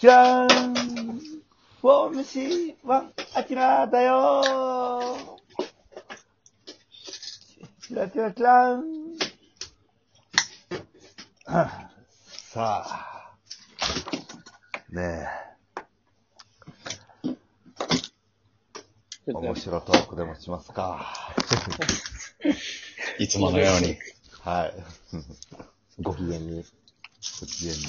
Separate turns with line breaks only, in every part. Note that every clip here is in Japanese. じゃーんフォームシーワン、アキラだよーチラチラチラーンあさあ、ねえ、面白トークでもしますか。
いつものように。
はい。
ご機嫌に。
ご機嫌に。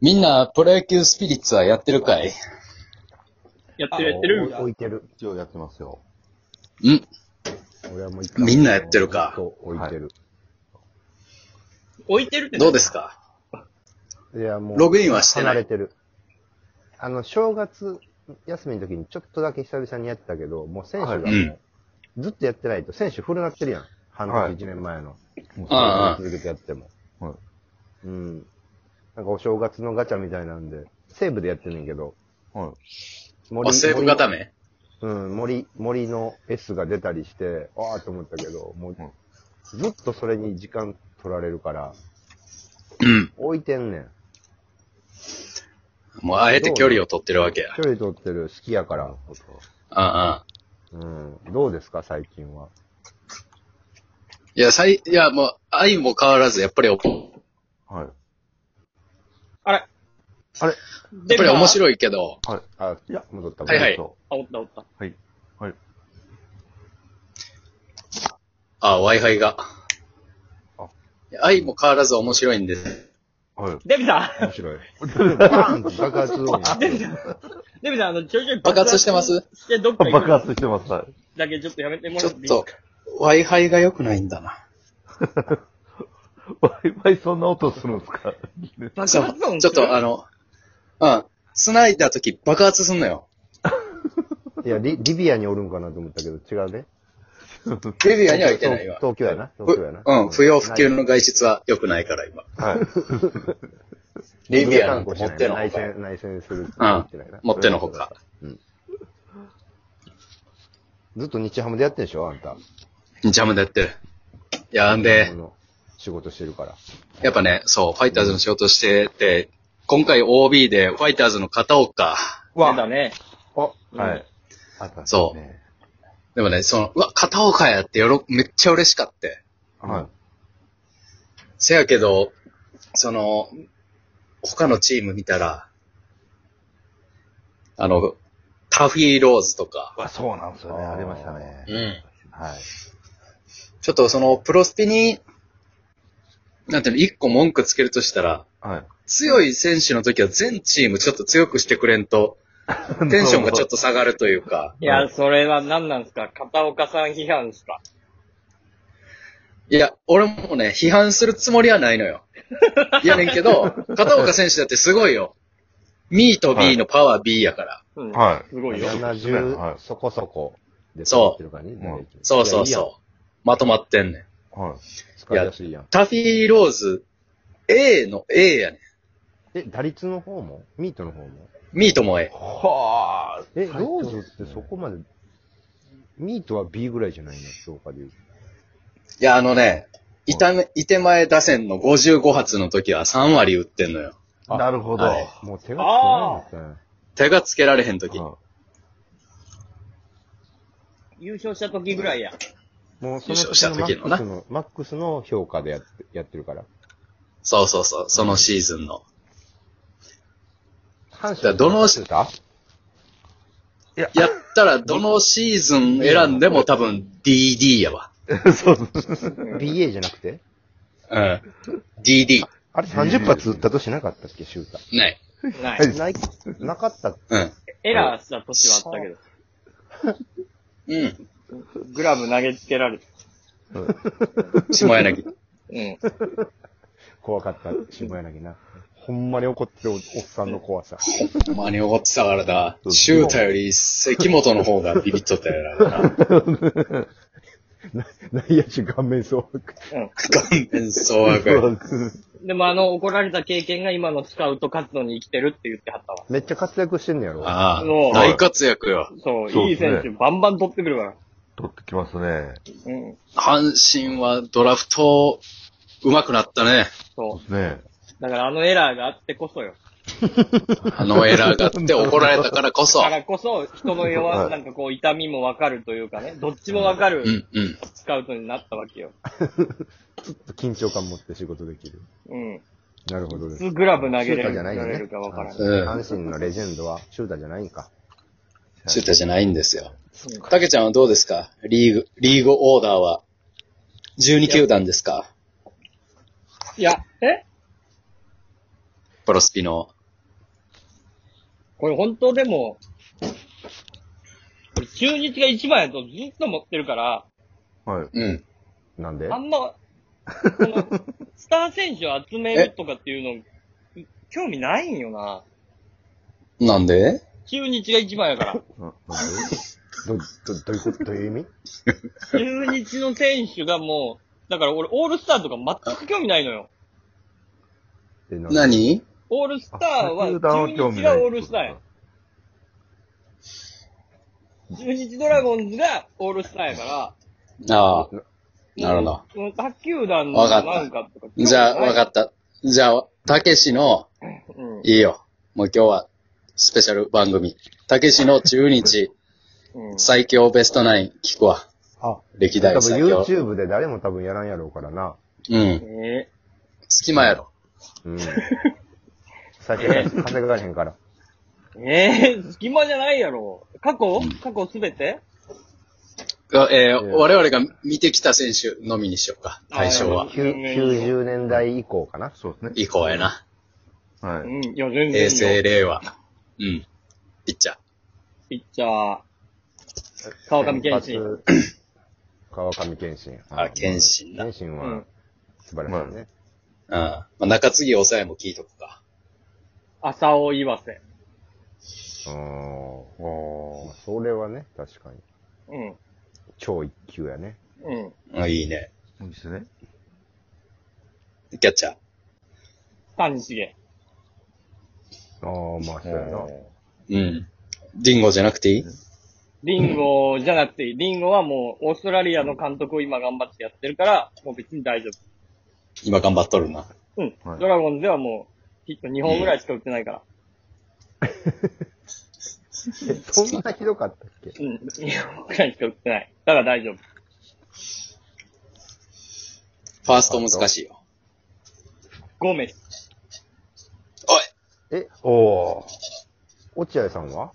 みんな、プロ野球スピリッツはやってるかい
やってるやってる
お置いてる。
一応やってますよ。
ん
俺はもう一
みんなやってるか
ずっと置いてる。
置いてるって
どうですか
い、や、もう。
ログインはしてな
離
い
れてる。あの、正月休みの時にちょっとだけ久々にやってたけど、もう選手がも
は
う、
い
うん
ずっとやってないと、選手古なってるやん。半
はい
年一年前の。
もう
ああ
続けてやっても。
はい
うん。なんかお正月のガチャみたいなんで、西部でやってんねんけど、
はい。
森
あ、セーブがダメ
うん、森、森の S が出たりして、ああと思ったけど、もう、
ん
ずっとそれに時間取られるから、
うん。
置いてんねん。
もう、あえて距離を取ってるわけや。
距離取ってる、好きやか
なる
ら。
ほど。
ああ。
うん。どうですか、最近は。
いや、さい、いや、もう、愛も変わらず、やっぱりお、やっ
はい。
あれ
あれ
や
ぱり面
い。
白いけど、
あ、
いや
戻った。
はいはい
そ
あ、おったおった。
うはい。はい。
あ、Wi-Fi が
あ。
愛も変わらず面白いんです。
はい。
デビさ
面白い。バーンと爆発音
んデビさんデビさん、あの、徐々に
爆発してます
して、どっか 行
爆
く
発してます。はい。
だけちょっとやめても
ち
ら
ょ
っ
って
いい
と、Wi-Fi が良くないんだな。
ワイワイそんな音するんですか
そ
爆
う
発音
ちょっと、あの、うん。繋いだとき爆発すんのよ。
いやリ、リビアにおるんかなと思ったけど、違うね。
レビューには行けないわ。
東京やな。
ふ
東京やな。
うん、不要不急の外出は良くないから、今。
はい。
レビューなんて持っての
内
ほか。
戦、内戦するって言ってないな。
持ってのほか。
ずっと日ハムでやってんでしょ、あんた。
ジャムでやってる。いや、んで
あ、の仕事してるから。
やっぱね、そう、ファイターズの仕事してて、今回 OB でファイターズの片岡。
出たね。
あ、
はい。あと
そうでもね、その、うわ、片岡やってよろ、めっちゃ嬉しかって。
はい。
せやけど、その、他のチーム見たら、あの、タフィーローズとか、
あそうなんですよね。
あー
ありましたね。
うん。
はい。
ちょっとその、プロスピに、なんていうの、一個文句つけるとしたら、
はい。
強い選手の時は全チームちょっと強くしてくれんと、 テンションがちょっと下がるというか、
いや、それは何なんですか片岡さん批判ですか
いや、俺もね、批判するつもりはないのよ。いやねん けど、片岡選手だってすごいよ。ミーと B のパワー B やから。
うん。
は
すごいよ。
はい
70そこそこで
そう
ってるからね
うん
そうそう
いやいいやん
そう。まとまってんねん。
い。はい。
使いやすいやん。
タフィーローズ、A の A やねん。
え、打率の方もミートの方も
ミートも A。
はあ。
え、ローズってそこまで、ミートは B ぐらいじゃないの評価で言う。
いや、あのね、いため、いて前打線の55発の時は3割打ってんのよ。
なるほど。
あ
はい
れ
もう手がつけないんですね。
手がつけられへん時。
優勝した時ぐらいや。
もうそ
優
の
勝した時の
マッ
な
クスの、マックスの評価でやってやってるから。
そうそうそう、そのシーズンの。
阪神
だからどの
してた
やったら、どのシーズン選んでも多分 DD やわ。
?BA じゃなくて
うん。DD。
あれ30発打ったとしなかったっけ、シュータ
ない。
ない。
ー。ない、なかった
うん。
エラーした年はあったけど。
うん。
グラブ投げつけられた。
下柳。
うん。
怖かった、下柳な。ほんまに怒ってるおっさんの怖 さ。
ほんまに怒ってたからだ。シュータより関本の方がビビっとったやろ な。
内野手顔面蒼白。
顔面蒼白。
でもあの、怒られた経験が今のスカウト活動に生きてるって言ってはったわ。
めっちゃ活躍してんねやろ。
ああ
そう、
大活躍よ。
そう、
そう
い
で
い
すね
選手バンバン取ってくるから。
取ってきますね。
うん。
阪神はドラフト、上手くなったね。
そう。
ね
だからあのエラーがあってこそよ。
あのエラーがあって怒られたからこ そ。
からこそ、人の
は
弱、
い
なんかこう、痛みもわかるというかね、どっちもわか
う
る
んうん。
スカウトになったわけよ。
緊張感持って仕事できる。
うん。
なるほど
普
です。
通グラブ投げれ
シュータ
る
ーじゃないよ
投げれ
ね。
るかわからない。
うん。
阪神のレジェンドはシューターじゃないんか。
シューターじゃないんですよ。たけちゃんはどうですかリーグ、リーグオーダーは。12球団ですか
いや、え
プロスピの。
これ本当でも、これ中日が一番やとずっと持ってるから、
は
うん。
い。なんで
あんま、この、スター選手を集めるとかっていうの、興味ないんよな。
なんで
中日が一番やから。
うんど、ど、どういうことどういう意味
中日の選手がもう、だから俺オールスターとか全く興味ないのよ。
っていうのは
何
オールスターは、中日がオールスターや。中日ドラゴンズがオールスターやから、
ああ。なるほど。
ど。他球団の
わか
な
った
んかとか。
じゃあ、わかった。じゃあ、たけしの、
うん。
いいよ。もう今日は、スペシャル番組。たけしの中 日、
うん
最強ベストナイン聞くわ。
あ、
歴
多
代最
分
強。
YouTube で誰も多分やらんやろうからな。
うん。
え
隙間やろ。
うん。最初稼がれへんから。
ー、えー、隙間じゃないやろ。過去過去すべて
がえー
いや
我々が見てきた選手のみにしようか。対象は
あ。
きゅう90年代以降かな。そうですね。
以降やな。
は
う。ん、いや、全然いいよ。
平成、令和。うん。ピッチャー。
ピッチャー、川上健
先
信。
発。川上健信。
あ、謙信だ。
健
うん。
信
う
は
ん
素晴らしいね。
まあ、中継ぎ抑えも聞いとくか。
浅尾岩瀬。
うん。まあそれはね、確かに。
うん、
超一級やね。
うん。
あいいね。
いいですね。
キャッチャー。
谷繁。
ああ、まあそうやな。
うん。ディンゴじゃなくていい
リンゴじゃなくていい。リンゴはもう、オーストラリアの監督を今頑張ってやってるから、もう別に大丈
今頑張っとるな。
夫。うん。
はい
ドラゴンズではもう、ヒット2本ぐらいしか打ってないから。
え、そんなひどかったっけ
うん。2本ぐらいしか打ってない。だから大丈夫。
ファースト難しいよ。
ゴメス。
おい
え、おー。落合さんは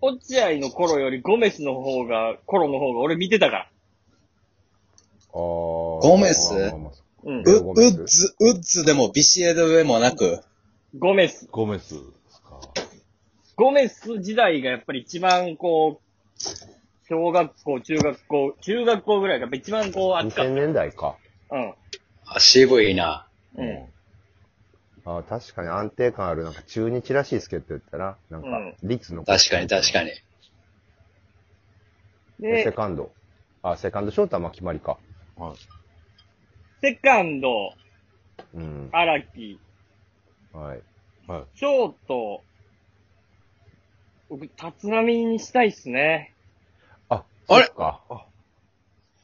落合の頃よりゴメスの方が、頃の方が俺見てたから。
あゴ
ゴメス
うん
え。
ウッズ、ウッズでもビシエドでもなく、
ゴメス。
ゴメスですか。
ゴメス時代がやっぱり一番こう、小学校、中学校、中学校ぐらいが一番こう熱かっ
2000年代か。
た。うん。
あ渋いな。
うん。
あー確かに安定感ある。なんか中日らしい助っ人言ったな。なんか
うん、
率の。
確かに確かに。
でセ
で、
カンド。あ、セカンドショートはまあ決まりか。
はい。
セカンド、
うん。
荒木、
はい。
はい。
ショート、僕、立浪にしたいっすね。
あ、
あれ
そっか。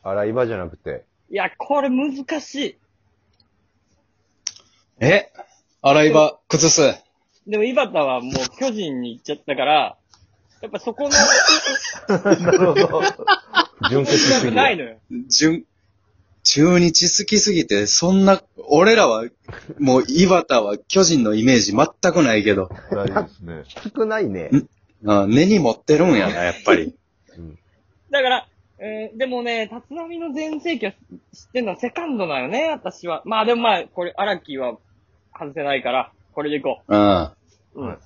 洗い場じゃなくて。
いや、これ難し
え洗い場崩す。
い。でも、井端はもう巨人に行っちゃったから、やっぱそこの、
なるほど。純潔す
力
ぎ
がない
る。
のよ。
中、中日好きすぎて、そんな、俺らは、もう、井端は巨人のイメージ全くないけど、
大事ですね。
少ないね。
あ根に持ってるんやな、やっぱ り。
だから、うん、でもね、立浪の全盛期は知ってんのはセカンドなのよね、私は。まあでもまあ、これ、荒木は外せないから、これでいこ
うん。
う。うん。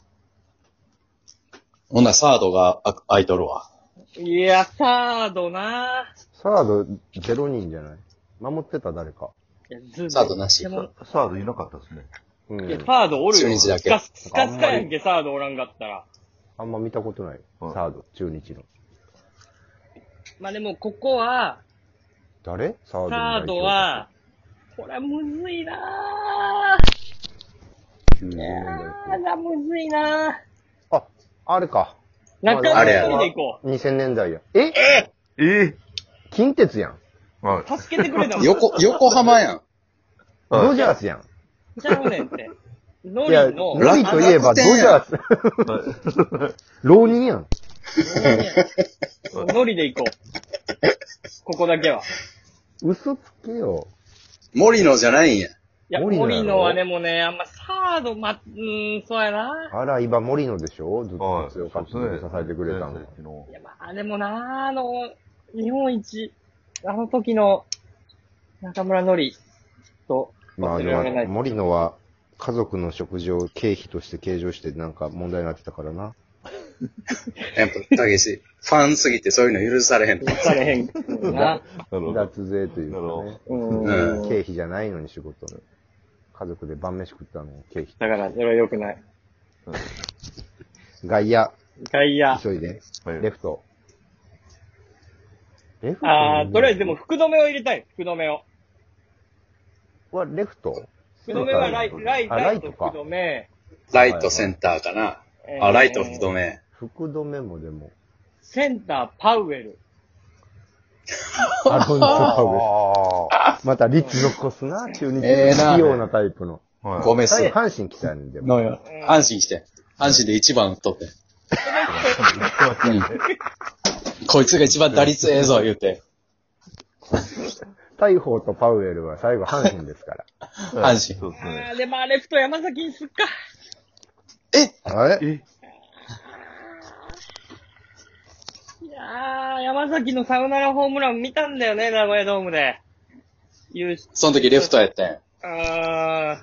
ほんならサードがあ空いとるわ。
いや、サードなぁ。
サード0人じゃない守ってた誰か。
いやずっと
サードなし
でも
サードいなかったですね。
う
いや、
ん。
サードおるよ。
中日だけ
スカススカスカやんけ、サードおらんかったら。
あんま見たことない。
はい
サード、中日の。
まあでも、ここは、
誰サードの代
サー
表
ド、は、これはむずいなぁ。
90年
サー
代。
ドはむずいなぁ。
あ、あれか。
中
あ
野
れや
一人で行こ
2000年代や。え
え
近鉄やん。
えはい。
う。助けてくれたもん。
横、横浜やん。
はい
ドジャースやん。
ちゃうねんって。ノ
い
リ
や、
の、
ノリといえば、
楽
ドジ
天や
ャース、浪人やん。
ノリで行こう。ここだけは。
嘘つけよ。
森野じゃないんや。
いや、
森野やろ
森野はね、もうね、あんまサード、ま、うーん、そうやな。
あら、今、森野でしょずっ
は
と
い。
強かった。ずっと支えてくれたの。
の
い。や、まあでもな、あの、日本一、あの時の中村のりと、
ま
忘
あ、で
れられない
も、森野は、家族の食事を経費として計上して、なんか問題になってたからな。
やっぱ、たけし、ファンすぎてそういうの許されへん。
されへんな。
なるほど。
脱税という
なるほ
かね。
う。
うん
経費じゃないのに仕事の。家族で晩飯食ったのを経費。
だから、それは良くない。
外野、
外野。
急いで。
はい
レフト。レフト
あー、とりあえずでも、福留を入れたい。福留を。
はレフト
福留はライ
そうか
ライ
あ
ライト
ライトか
福留。
ライトセンターかな。
えー
あ、ライト不動明。
福留もでも。
センター、パウエル。
アロンソパウエル
あ
またリッチ残すな、中日。
ええな
器用なタイプの。
あ。はい。
ごめんす。
阪神来たんでも。
のよ。阪神して。阪神で一番取って。うん。こいつが一番打率ええぞ、言うて。
大砲とパウエルは最後阪神ですから。
はい
阪神
そうですね。
あー、でも、レフト山崎にすっか。
え
あれ
え
いやー、山崎のサウナラホームラン見たんだよね、名古屋ドームで。優勝。
その時レフトやったんや。
あー、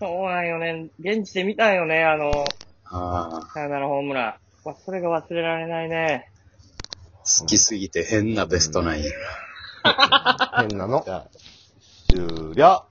そうなんよね。現地で見たんよね、あの、
ああ。
サウナラホームラン。わそれが忘れられないね。
好きすぎて変なベストナインや。
変なの。
終了